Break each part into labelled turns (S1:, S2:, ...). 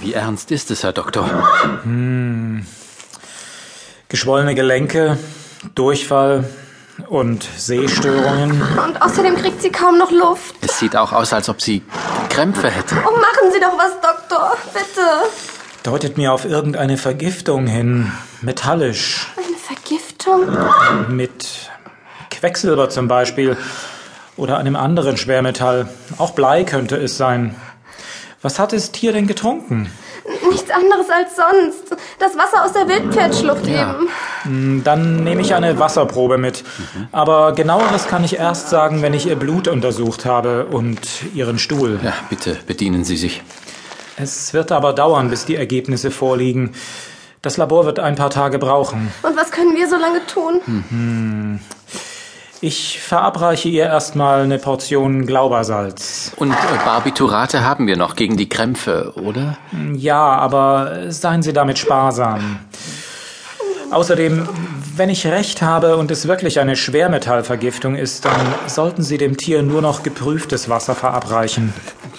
S1: Wie ernst ist es, Herr Doktor?
S2: Geschwollene Gelenke, Durchfall und Sehstörungen.
S3: Und außerdem kriegt sie kaum noch Luft.
S1: Es sieht auch aus, als ob sie Krämpfe hätte.
S3: Oh, machen Sie doch was, Doktor. Bitte.
S2: Deutet mir auf irgendeine Vergiftung hin. Metallisch.
S3: Eine Vergiftung?
S2: Mit Quecksilber zum Beispiel. Oder einem anderen Schwermetall. Auch Blei könnte es sein. Was hat das Tier denn getrunken?
S3: Nichts anderes als sonst. Das Wasser aus der Wildpferdschlucht eben.
S2: Dann nehme ich eine Wasserprobe mit. Aber genaueres kann ich erst sagen, wenn ich ihr Blut untersucht habe und ihren Stuhl.
S1: Ja, bitte bedienen Sie sich.
S2: Es wird aber dauern, bis die Ergebnisse vorliegen. Das Labor wird ein paar Tage brauchen.
S3: Und was können wir so lange tun?
S2: Ich verabreiche ihr erstmal eine Portion Glaubersalz.
S1: Und äh, Barbiturate haben wir noch gegen die Krämpfe, oder?
S2: Ja, aber seien Sie damit sparsam. Außerdem, wenn ich recht habe und es wirklich eine Schwermetallvergiftung ist, dann sollten Sie dem Tier nur noch geprüftes Wasser verabreichen.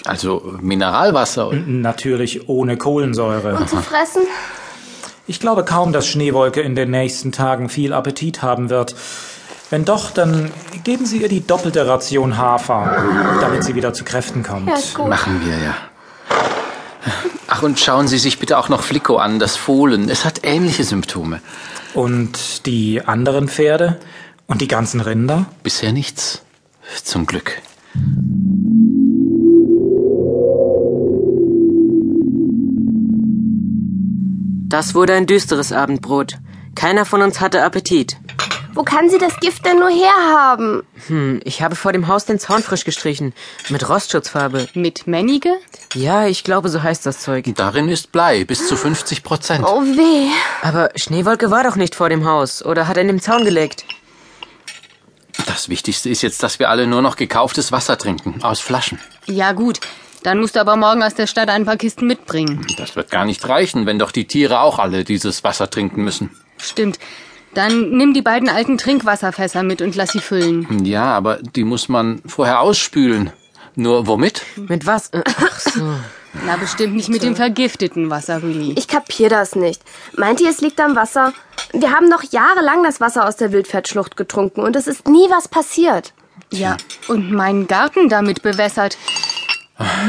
S1: Also Mineralwasser. und-
S2: Natürlich ohne Kohlensäure.
S3: Und um zu fressen?
S2: Ich glaube kaum, dass Schneewolke in den nächsten Tagen viel Appetit haben wird. Wenn doch, dann geben Sie ihr die doppelte Ration Hafer, damit sie wieder zu Kräften kommt.
S3: Ja, ist gut.
S1: Machen wir ja. Ach, und schauen Sie sich bitte auch noch Flicko an, das Fohlen. Es hat ähnliche Symptome.
S2: Und die anderen Pferde? Und die ganzen Rinder?
S1: Bisher nichts. Zum Glück.
S4: Das wurde ein düsteres Abendbrot. Keiner von uns hatte Appetit.
S3: Wo kann sie das Gift denn nur herhaben?
S4: Hm, ich habe vor dem Haus den Zaun frisch gestrichen. Mit Rostschutzfarbe.
S5: Mit Männige?
S4: Ja, ich glaube, so heißt das Zeug.
S1: Darin ist Blei, bis zu 50 Prozent.
S3: Oh weh.
S4: Aber Schneewolke war doch nicht vor dem Haus. Oder hat er in dem Zaun gelegt?
S1: Das Wichtigste ist jetzt, dass wir alle nur noch gekauftes Wasser trinken, aus Flaschen.
S5: Ja gut, dann musst du aber morgen aus der Stadt ein paar Kisten mitbringen.
S1: Das wird gar nicht reichen, wenn doch die Tiere auch alle dieses Wasser trinken müssen.
S5: Stimmt. Dann nimm die beiden alten Trinkwasserfässer mit und lass sie füllen.
S1: Ja, aber die muss man vorher ausspülen. Nur womit?
S4: Mit was? Äh, Ach so.
S5: Na, bestimmt nicht mit dem vergifteten Wasser, Rüli.
S3: Ich kapier das nicht. Meint ihr, es liegt am Wasser? Wir haben doch jahrelang das Wasser aus der Wildpferdschlucht getrunken und es ist nie was passiert.
S5: Ja, und meinen Garten damit bewässert.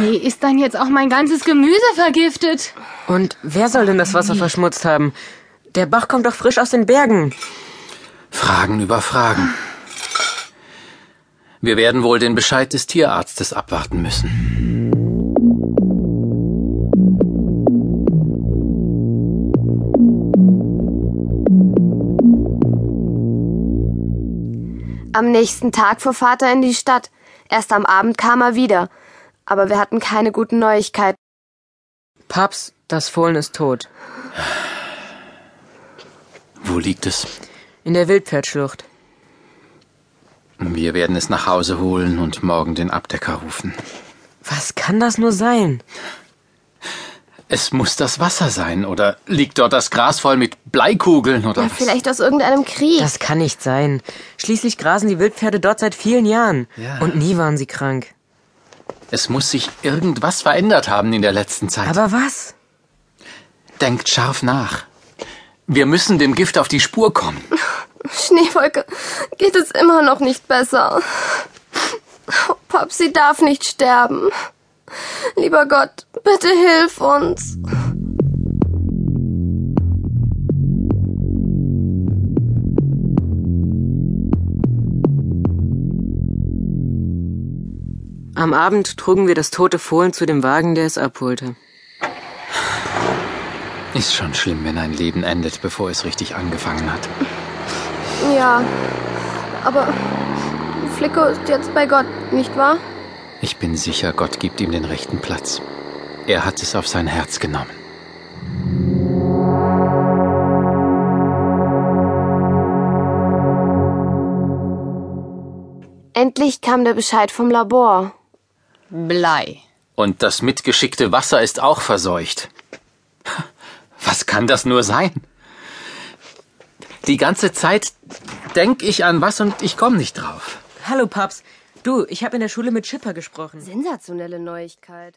S5: Nee, ist dann jetzt auch mein ganzes Gemüse vergiftet?
S4: Und wer soll denn das Wasser verschmutzt haben? Der Bach kommt doch frisch aus den Bergen.
S1: Fragen über Fragen. Wir werden wohl den Bescheid des Tierarztes abwarten müssen.
S3: Am nächsten Tag fuhr Vater in die Stadt. Erst am Abend kam er wieder. Aber wir hatten keine guten Neuigkeiten.
S4: Paps, das Fohlen ist tot.
S1: Wo liegt es?
S4: In der Wildpferdschlucht.
S1: Wir werden es nach Hause holen und morgen den Abdecker rufen.
S4: Was kann das nur sein?
S1: Es muss das Wasser sein, oder liegt dort das Gras voll mit Bleikugeln oder
S3: Ja,
S1: was?
S3: vielleicht aus irgendeinem Krieg.
S4: Das kann nicht sein. Schließlich grasen die Wildpferde dort seit vielen Jahren.
S1: Ja.
S4: Und nie waren sie krank.
S1: Es muss sich irgendwas verändert haben in der letzten Zeit.
S4: Aber was?
S1: Denkt scharf nach. Wir müssen dem Gift auf die Spur kommen.
S3: Schneewolke, geht es immer noch nicht besser. Oh, Papsi darf nicht sterben. Lieber Gott, bitte hilf uns.
S4: Am Abend trugen wir das tote Fohlen zu dem Wagen, der es abholte.
S1: Ist schon schlimm, wenn ein Leben endet, bevor es richtig angefangen hat.
S3: Ja, aber Flicko ist jetzt bei Gott, nicht wahr?
S1: Ich bin sicher, Gott gibt ihm den rechten Platz. Er hat es auf sein Herz genommen.
S3: Endlich kam der Bescheid vom Labor.
S5: Blei.
S1: Und das mitgeschickte Wasser ist auch verseucht. Was kann das nur sein? Die ganze Zeit denke ich an was und ich komme nicht drauf.
S4: Hallo, Paps. Du, ich habe in der Schule mit Chipper gesprochen.
S3: Sensationelle Neuigkeit.